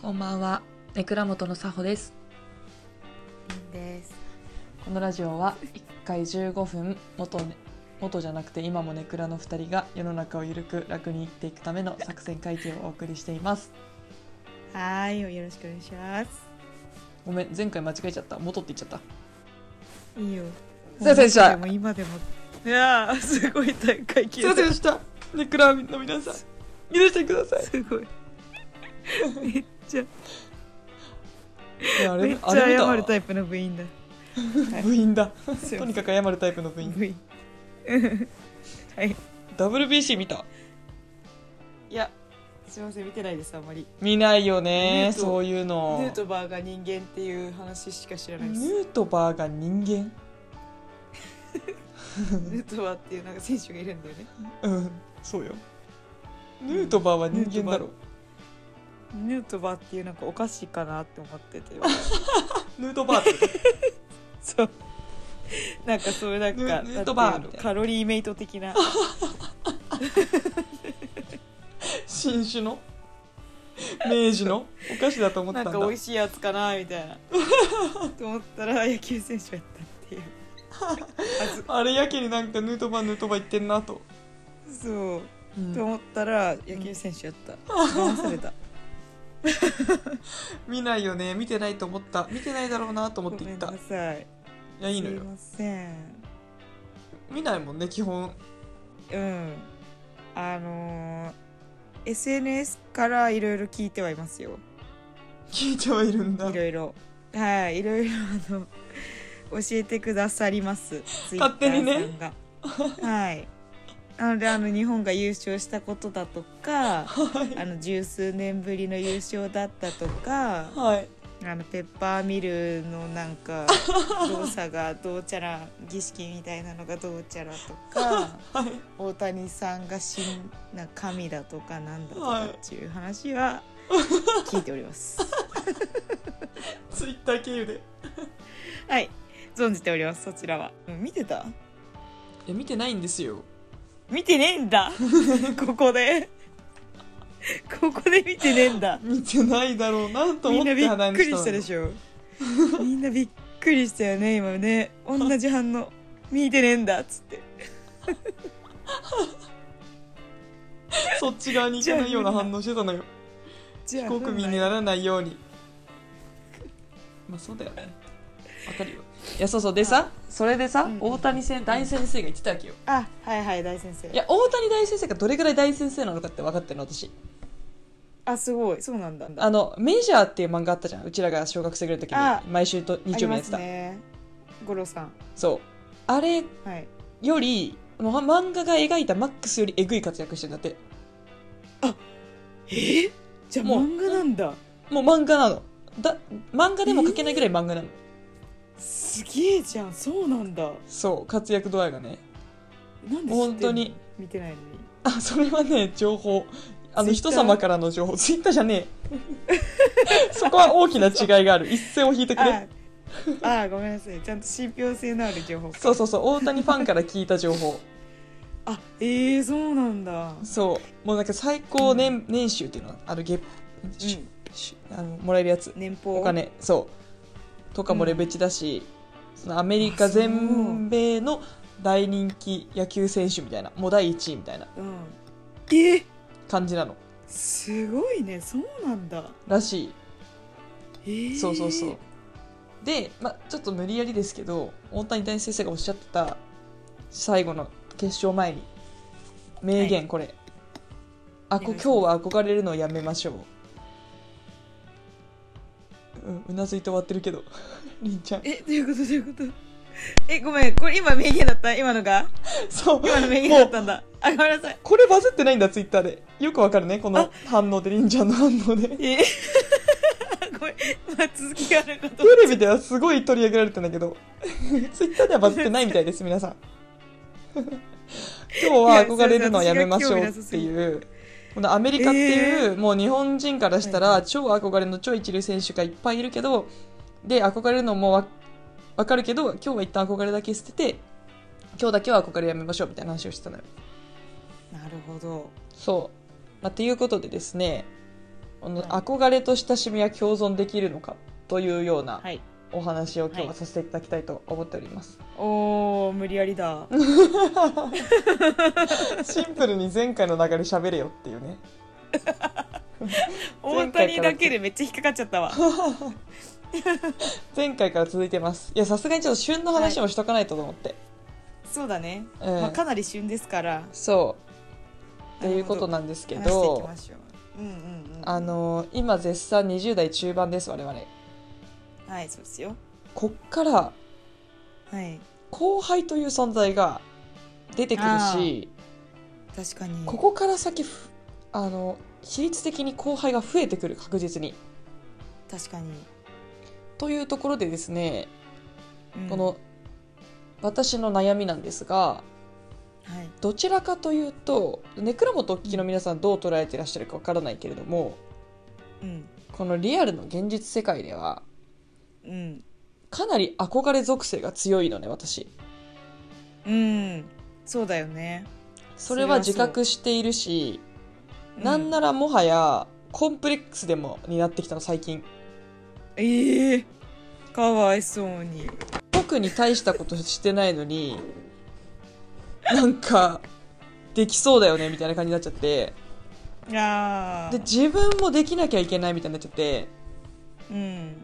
こんばんは、ねくらもとのさほです。です。このラジオは1回15分元ね元じゃなくて今もネクラの2人が世の中をゆるく楽に生きていくための作戦会議をお送りしています。はーい、よろしくお願いします。ごめん、前回間違えちゃった。元って言っちゃっいいよ。すいませんでしたもう今でも。いやー、すごい大会た。級すいませんでした。ネクラの皆さん、許してください。すごい。めっちゃ、いやあめっれちゃあれ謝見るたタイプの部員だ。部員だ。すいとまにせんかく謝るタイプの部員。部員。うんはい。 WBC 見たいや、すいません、見てないです、あんまり。見ないよねヌートそういうの。ヌートバーが人間っていう話しか知らないでヌす。ートバーが人間ヌートバーっていうなんか選手がいるんだよね。うん、そうよ。ヌートバーは人間だろ。ヌートバーっていうなんかお菓子かなって思ってて。ヌートバーって。 そう。なんかそういうなんかヌなんていヌうのートバーみたいなカロリーメイト的な 新種の明治のお菓子だと思っなてんたんだか美味しいやつかなみたいな と思ったら野球選手やったっていうはずあれやけになんかヌートバーヌートバー言ってんなと、そう、うんと思ったら野球選手やった騙さ れた見ないよね見てないと思った見てないだろうなと思ごって言っめんたないさいやいいのすよいません見ないもんね基本うんあのー SNS からいろいろ聞いてはいますよ聞いてはいるんだ いろいろはいいろいろあの教えてくださります勝手にね Twitter さんがはいなのであの日本が優勝したことだとかはいあの十数年ぶりの優勝だったとかはいあのペッパーミルのな んか動作がどうちゃら儀式みたいなのがどうちゃらとかはい大谷さんが死んな神だとかなんだとかっていう 話は聞いております。ツイッター経由ではい、存じております。そちらは。うん見てた？いや見てないんですよ見てねえ んだ。ここで。ここで見てねえんだ。見てないだろうなと思みってんなびっ鼻にくりしたでょしょ。みんなびっくりしたよね。今ね、同じ反応。見てねえんだっつって。そっち側に行かないような反応してたのよじゃあ非国民にならないようにまあそうだよねわかるよいやそうそうでさそれでさ、うん大谷先大先生が言ってたわけよあ、はいはい大先生い。や大谷大先生がどれぐらい大先生なのかって分かってるの私あ、すごい。そうなんだ。あの「メジャー」っていう漫画あったじゃんうちらが小学生ぐらいの時あに毎週と日曜あり日やまってすた、ね。五郎さん。そうあれはい。よりもう漫画が描いたマックスよりえぐい活躍してんだってえ？じゃあもう漫画なんだ。もう漫画なのだ漫画でも描けないぐらい漫画なの、すげえじゃん。そうなんだ。そう活躍度合いがねなんで知ってんの本当に見てないのに。あそれはね情報あの Twitter？人様からの情報ツイッターじゃねえ そこは大きな違いがある一線を引いてくれあああごめんなさいちゃんと信憑性のある情報そうそうそう大谷ファンから聞いた情報あええそうなんだそうもうなんか最高年,、年収っていうのはあの月、ししあのもらえるやつ年俸お金そうとかもレベチだし、そのアメリカあそう全米の大人気野球選手みたいなもう第1位みたいなうんえー感じなのすごいねそうなんだらしいえーそうそうそうで、まあ、ちょっと無理やりですけど大谷大先生がおっしゃってた最後の決勝前に名言これ、あこお今願い日しますは憧れるのをやめましょう」うんうなずいて終わってるけど りんちゃんえどういうことどういうことえごめんこれ今名言だった今のがそう今の名言だっ たんだあごめんなさいこれバズってないんだツイッターでよくわかるねこのあ反応でりんちゃんの反応でえ ーごめん、まあ、続きがあるかとテレビではすごい取り上げられてんだけどツイッターではバズってないみたいです皆さ ん今日は憧れるのはやめましょうっていうこのアメリカっていう、もう日本人からしたはいら超憧れの超一流選手がいっぱいいるけどで憧れるのもわわかるけど今日は一旦憧れだけ捨てて今日だけは憧れやめましょうみたいな話をしてたのよなるほどそう、まあ、ということでですねこの憧れと親しみは共存できるのかというようなはいお話を今日ははいさせていただきたいと思っております、 おー無理やりだシンプルに前回の流れ喋れよっていうね大谷だけでめっちゃ引っかかっちゃったわ前回から続いてますいやさすがにちょっと旬の話もしとかないとと思って、そうだね、うんまあ、かなり旬ですからそうということなんですけ話していきどましょううんうんうんあの今絶賛20代中盤です我々はいそうですよこっからはい後輩という存在が出てくるし確かにここから先ふあの比率的に後輩が増えてくる確実に。確かに、というところでですね、うんこの私の悩みなんですがはいどちらかというとネクラモとお聞きの皆さんどう捉えてらっしゃるかわからないけれどもうんこのリアルの現実世界ではうんかなり憧れ属性が強いのね私うんそうだよねそれはそれはそう自覚しているしうんなんならもはやコンプレックスでもになってきたの最近ええかわいそうに特に大したことしてないのになんかできそうだよねみたいな感じになっちゃってああで自分もできなきゃいけないみたいになっちゃってうん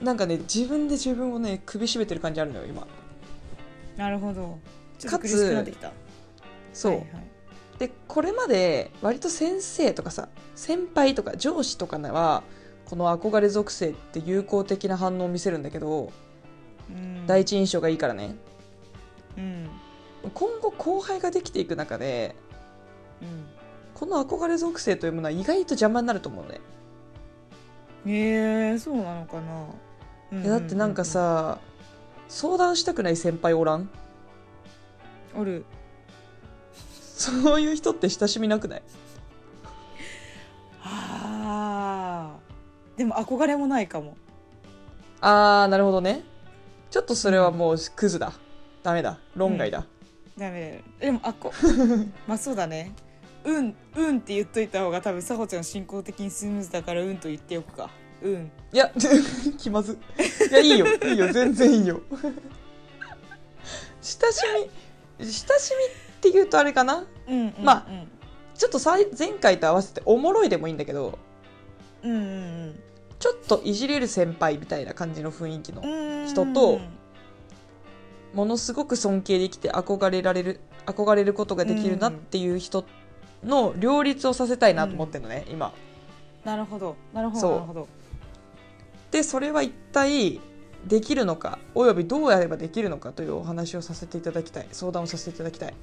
なんかね自分で自分をね首絞めてる感じあるのよ今なるほどちょっとか苦つしくなってきたそう、はいはいでこれまで割と先生とかさ先輩とか上司とかならこの憧れ属性って友好的な反応を見せるんだけどうん、第一印象がいいからねうん今後後輩ができていく中でうこの憧れ属性というものは意外と邪魔になると思うのね、ん、えー、そうなのかな、うんうんうんえだってなんかさ相談したくない先輩おらんおるそういう人って親しみなくないあーでも憧れもないかもあーなるほどねちょっとそれはもうクズだダメだ論外だ、ダメだよでもあ こまあそうだねうんうんって言っといた方が多分さほちゃん進行的にスムーズだからうんと言っておくかうんいや、 気まず。いや、いいよ、いいよ、全然いいよ。親しみ、親しみって言うとあれかなうんうんうんまちょっとさい前回と合わせておもろいでもいいんだけど、うんうんちょっといじれる先輩みたいな感じの雰囲気のう、んうん人とものすごく尊敬できて憧れられる、憧れることができるなっていう人の両立をさせたいなと思ってるのね、今。なるほどなるほそうどなるほどで、それは一体、できるのかおよびどうやればできるのかというお話をさせていただきたい相談をさせていただきたい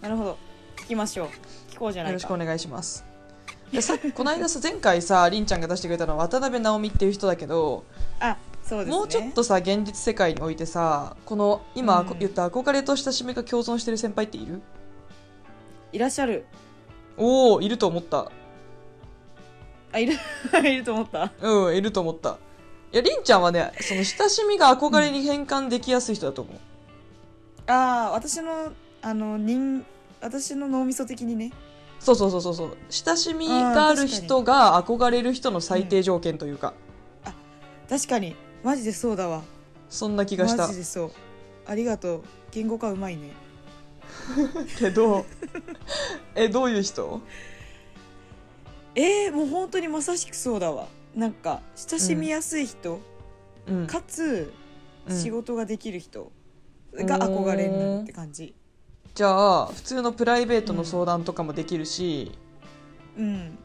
なるほど聞きましょう聞こうじゃなよいろしくおか願いし ます。でさこの間さ前回さりんちゃんが出してくれたのは渡辺直美っていう人だけど、あそうですねもうちょっとさ現実世界においてさこの今、うん言った憧れと親しみが共存してる先輩っているいらっしゃるおおいると思ったあいる いると思ったうんいると思ったいやりんちゃんはねその親しみが憧れに変換できやすい人だと思う、ああ私のあの人私の脳みそ的にねそうそうそうそうそう親しみがある人が憧れる人の最低条件というか、確かにマジでそうだわそんな気がしたマ ジでそうありがとう言語化うまいねけど えどういう人えー、もう本当にまさしくそうだわなんか親しみやすい人、うんかつうん仕事ができる人が憧れになるって感じじゃあ普通のプライベートの相談とかもできるし、うん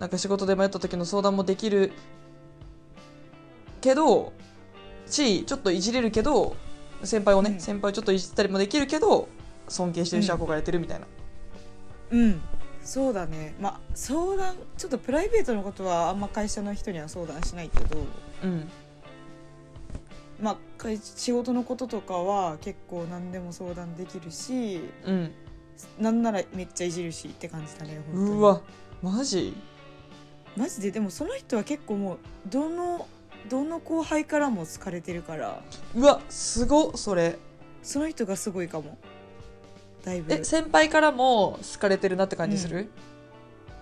なんか仕事で迷った時の相談もできるけどしちょっといじれるけど先輩をね、うん先輩をちょっといじったりもできるけど尊敬してるしうん憧れてるみたいな、うんそうだねまあ相談ちょっとプライベートのことはあんま会社の人には相談しないけどうんまあ会仕事のこととかは結構何でも相談できるしうん、なんならめっちゃいじるしって感じだね本当にうわマジマジででもその人は結構もうどのどの後輩からも好かれてるからうわすごっそれその人がすごいかもだいぶえ先輩からも好かれてるなって感じする、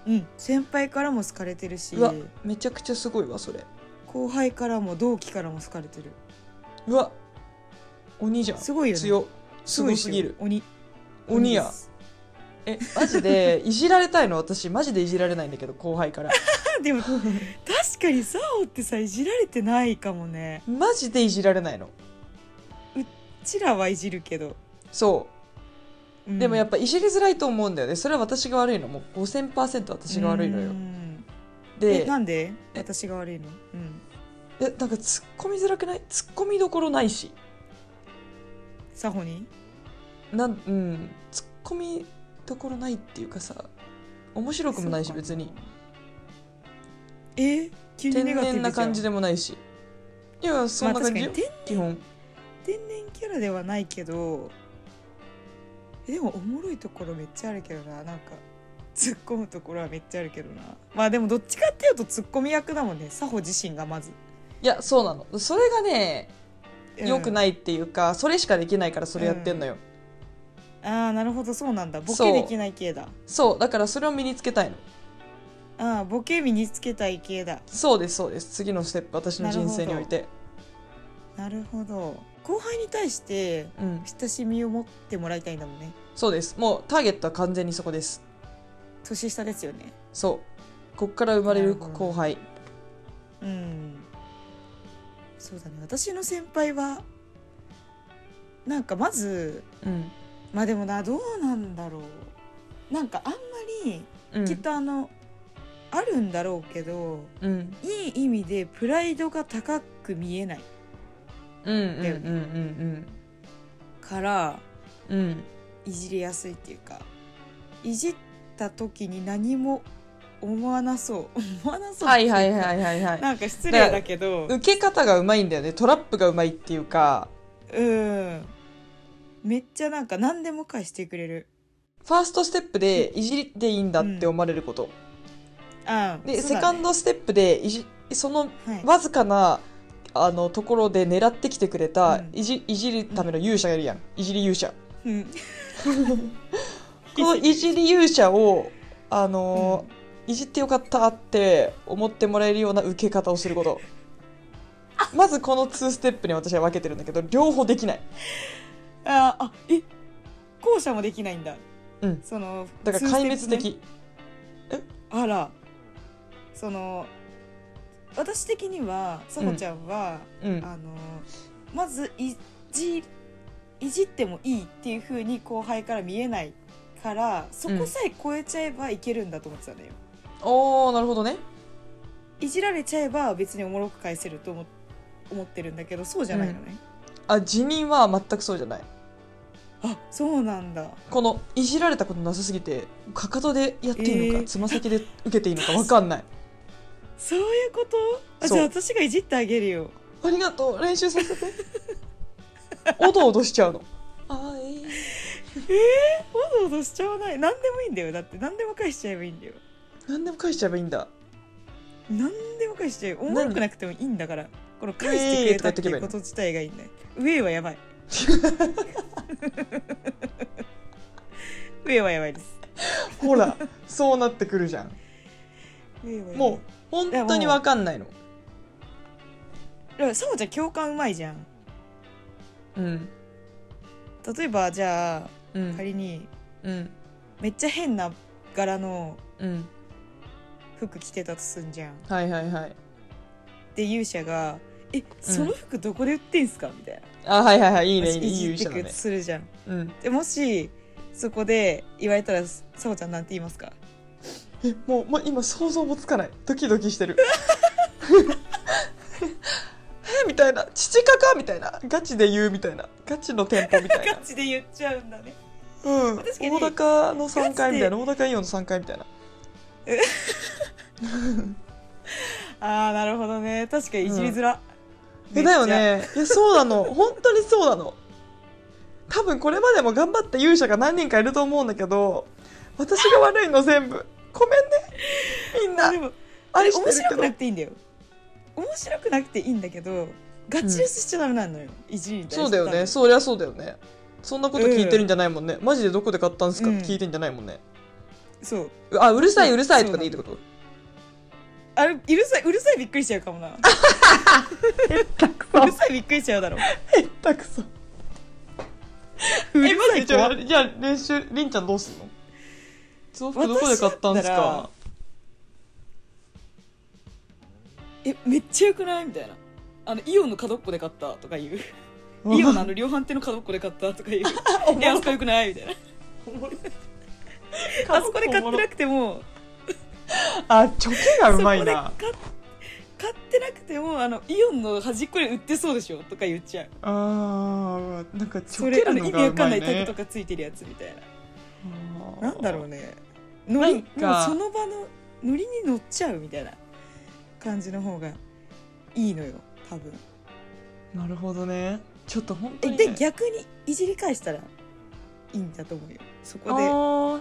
うん先輩からも好かれてるしうわめちゃくちゃすごいわそれ後輩からも同期からも好かれてるうわ鬼じゃんすごいよね強すごすぎるごいですよ鬼鬼やですえマジでいじられたいの私マジでいじられないんだけど後輩からあでも確かにサオってさいじられてないかもねマジでいじられないのうちらはいじるけど、そううんでもやっぱいじりづらいと思うんだよねそれは私が悪いのもう5000%私が悪いのようんえでなんでえ私が悪いのうんえなんか突っ込みづらくない突っ込みどころないしサホになんうん突っ込みどころないっていうかさ面白くもないしそうか別にえ急に天ネガティブ然な感じででもないしいやそまんあな確感かじによ天基本天然キャラではないけどえでもおもろいところめっちゃあるけどななんか突っ込むところはめっちゃあるけどなまあでもどっちかっていうと突っ込み役だもんねサホ自身がまず、いやそうなのそれがね良くいないっていうかそれしかできないからそれやってんのよああなるほどそうなんだボそケうできない系だそうだからそれを身につけたいのああボケ身につけたい系だそうですそうです次のステップ私の人生においてなるほど後輩に対してうん親しみを持ってもらいたいんだもんねそうですもうターゲットは完全にそこです年下ですよねそうこっから生まれるなるほど後輩うんそうだね私の先輩はなんかまずうんまあでもなどうなんだろうなんかあんまりうんきっとあの、あるんだろうけどうんいい意味でプライドが高く見えないうんうんうんだよからうんうんうんいじりやすいっていうかいじった時に何も思わなそう 思わなそうはいはいいはいはいはいなんか失礼だけど受け方がうまいんだよねトラップがうまいっていうかうんめっちゃなんか何でも返してくれるファーストステップでいじりでいいんだって思われること、あで、セカンドステップでいじそのド、はい、わずかなあのところで狙ってきてくれた、うんいじいじるための勇者がいるやんいじり勇者うんこのいじり勇者をあの、いじってよかったって思ってもらえるような受け方をすることまずこの2ステップに私は分けてるんだけど両方できないああえ後者もできないんだうんそのだからツー壊滅ステップね的、あらその私的にはさほちゃんは、うんあのまずいじいじってもいいっていう風に後輩から見えないからそこさえ超えちゃえばいけるんだと思ってたんだよ、おーなるほどねいじられちゃえば別におもろく返せると思思ってるんだけどそうじゃないのね、あ辞任は全くそうじゃないあそうなんだこのいじられたことなさすぎてかかとでやっていいのか、えーつま先で受けていいのか分かんないそういうことあそうじゃあ私がいじってあげるよありがとう練習させておどおどしちゃうのあーえわざわざしちゃわない何でもいいんだよだって何でも返しちゃえばいいんだよー、何でも返しちゃえばいいんだ何でも返しちゃえばおもろくなくてもいいんだからこの返してくれたっていうこと自体がいいんだよ上はや ばい上はやばいですほらそうなってくるじゃん上はやばいもう本当に分かんないのだからさおちゃん共感うまいじゃんうん例えばじゃあうん仮にうんめっちゃ変な柄のうん服着てたとすんじゃんはいはいはいで勇者が「えその服どこで売ってんすか?」みたいなあはいはいはいいいねいいねいいい勇じって者だくねするじゃんうんでもしそこで言われたらさおちゃんなんて言いますかえもうもう今想像もつかないドキドキしてるえみたいな父かかみたいなガチで言うみたいなガチのテンポみたい ガなチで言っちゃうんだねうん確かに大高の3階みたいな大高イオンの3階みたいなああなるほどね確かにいじりづら、えだよねいやそうなの 本当にそうなの多分これまでも頑張った勇者が何人かいると思うんだけど私が悪いの全部ごめんねみんあなでもあれ愛面して白るくなくけていいんだよ面白くなくていいんだけどガチレスしちゃダメなのよ、いじりにど対してそうだよねそりゃそうだよねそんなこと聞いてるんじゃないもんね、マジでどこで買ったんすかっうてん聞いてんじゃないもんね、そうあうるさいうるさいとかでいいってことあれうるさいうるさいびっくりしちゃう かもなたくうるさいびっくりしちゃうだろうたくそるえマさジいじゃ怖あじゃあ練習りんちゃんどうすんの増幅どこで買ったんです私だったからえめっちゃよくないみたいなあのイオンの角っこで買ったとか言うイオンのあの量販店の角っこで買ったとか言うえあそこよくないみたいなあそこで買ってなくてもあチョキがうまいなそこで買っ買ってなくてもあのイオンの端っこで売ってそうでしょとか言っちゃうあーなんかチそョれキあるの意の味がわうかまんないいタグねとかついてるやつみたいあなーなんだろうねノリもうなんかその場のノリに乗っちゃうみたいな感じの方がいいのよ多分なるほどねちょっと本当えに、ね、で逆にいじり返したらいいんだと思うよそこ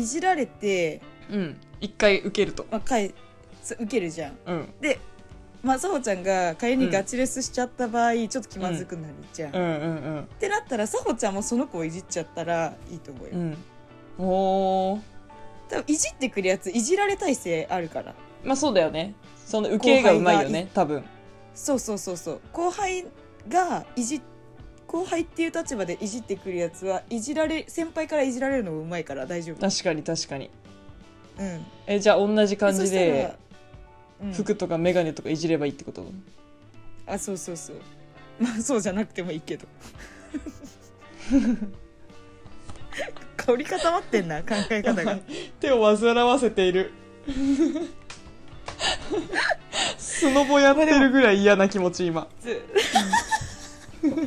あいじられて、ーうん一回受けるとまあ、返す受けるじゃんうんでまあさほちゃんが仮にガチレスしちゃった場合、ちょっと気まずくなるじゃん、うっんうんてなったらさほちゃんもその子をいじっちゃったらいいと思うよ、うんうんおー多分いじってくるやついじられ体性あるからまあそうだよねその受けがうまいよ後輩がね多分そうそうそうそう後輩がいじ後輩っていう立場でいじってくるやつはいじられ先輩からいじられるのもうまいから大丈夫確かに確かにうんえじゃあ同じ感じそしたでらうん服とか眼鏡とかいじればいいってことあそうそうそうまあそうじゃなくてもい いけど香り固まってんな考え方やばがい手を煩わせているスノボやってるぐらい嫌な気持ち今つ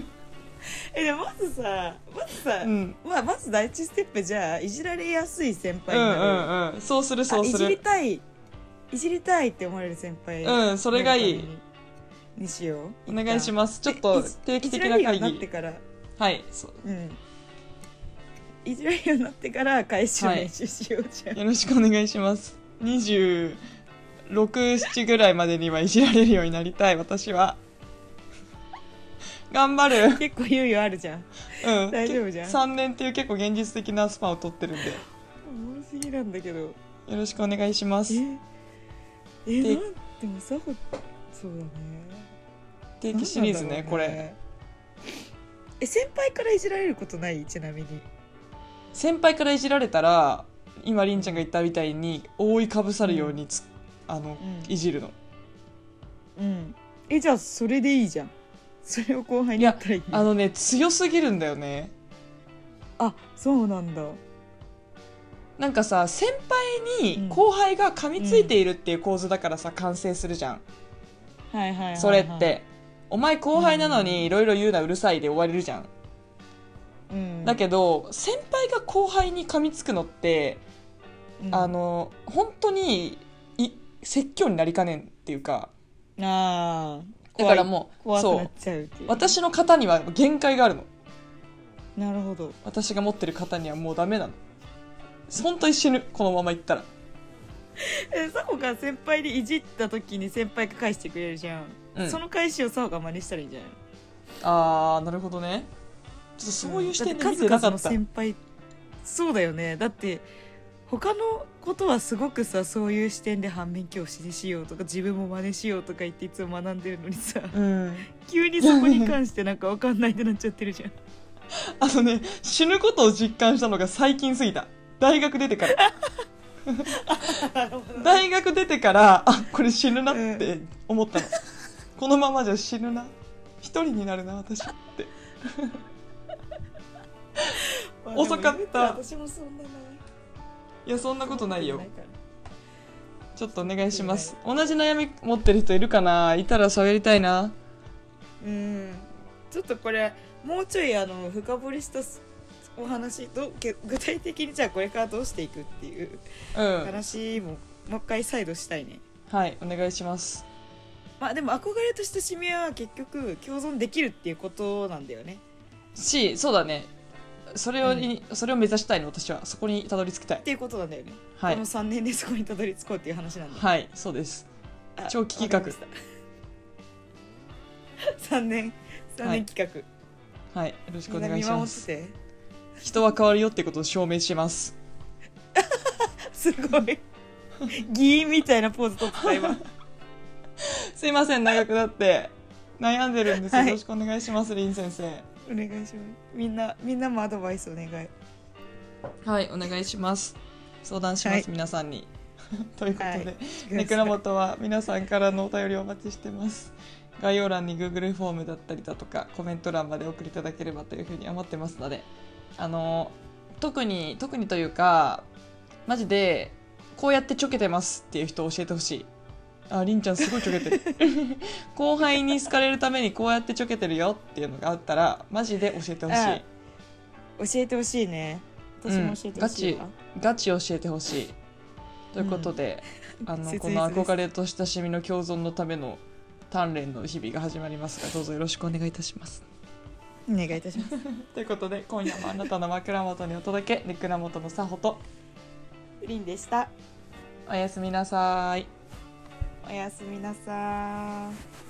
えでもまずさまずさ、うんまあ、まず第一ステップじゃあいじられやすい先う輩んにうなる、んうんそうするそうあいすじりるたいいじりたいって思われる先輩うんそれがいいになるためににしようお願いしまますちょっと定期的な会なって議からはいそううんいじられるようになってから返しを練習しようじゃん、 よろしくお願いします267ぐらいまでにはいじられるようになりたい私は頑張る結構猶予あるじゃんうん大丈夫じゃん3年っていう結構現実的なスパンを取ってるんでよおもろすぎなんだけどろしくお願いしますえでえなんでもさほそうだね定期シリーズねなんなんだろこうれえ先輩からいじられることないちなみに先輩からいじられたら今りんちゃんが言ったみたいに覆いかぶさるようにつ、あのうんいじるのうんえじゃあそれでいいじゃんそれを後輩にやったらいいあのね強すぎるんだよねあそうなんだなんかさ先輩に後輩が噛みついているっていう構図だからさ完成するじゃんはいはいはいはいそれってお前後輩なのにいろいろ言うなうるさいで終われるじゃんうんだけど先輩が後輩に噛みつくのってうんあの本当にい説教になりかねんっていうかあーだからもう怖い怖くそなうっちゃうっていう私の型には限界があるのなるほど私が持ってる型にはもうダメなの本当に死ぬこのままいったらえサホが先輩にいじった時に先輩が返してくれるじゃん、うんその返しをサホが真似したらいいんじゃないのあーなるほどねちょっとそういう視点でだっ見ててなかっ数た、々の先輩そうだよねだって他のことはすごくさそういう視点で反面教師にしようとか自分も真似しようとか言っていつも学んでるのに さうん急にそこに関してなんか分かんないってなっちゃってる じゃんあのね死ぬことを実感したのが最近すぎた大学出てから 大学出てからあこれ死ぬなって思ったの、このままじゃ死ぬな一人になるな私ってまあ遅かったでも言ら私もそんなないいやそんなことないよからちょっとお願いします同じ悩み持ってる人いるかないたら喋りたいなうんちょっとこれもうちょいあの深掘りしたすお話どうけ具体的にじゃあこれからどうしていくっていううん話も、もう一回再度したいねはいお願いしますまあでも憧れと親しみは結局共存できるっていうことなんだよねしそうだねそれをに、それを目指したいの私はそこにたどり着きたいっていうことなんだよね、はいこの3年でそこにたどり着こうっていう話なんだ、はいそうですあ長期企画わかりました3年3年企画、はいよろしくおみんな願い見し守まっすてて人は変わるよってことを証明しますすごいギーみたいなポーズ取ってた今 すいません長くなって悩んでるんです、はいよろしくお願いします林先生お願いしますみんなみんなもアドバイスお願いはいお願いします相談します、はい皆さんに ということはいで、 ネクラモトは皆さんからのお便りをお待ちしてます。概要欄に Google フォームだったりだとかコメント欄までお送りいただければというふうに思ってますのであの特に特にというかマジでこうやってちょけてますっていう人を教えてほしいありんちゃんすごいちょけてる後輩に好かれるためにこうやってちょけてるよっていうのがあったらマジで教えてほしあい教えてほしいね私も教えてほしいわ、うんガチ教えてほしいということで、あの切実この憧れと親しみの共存のための鍛錬の日々が始まりますがどうぞよろしくお願いいたしますお願いいたしますということで今夜もあなたの枕元にお届けネクラ元のさほとリンでしたおやすみなさいおやすみなさーい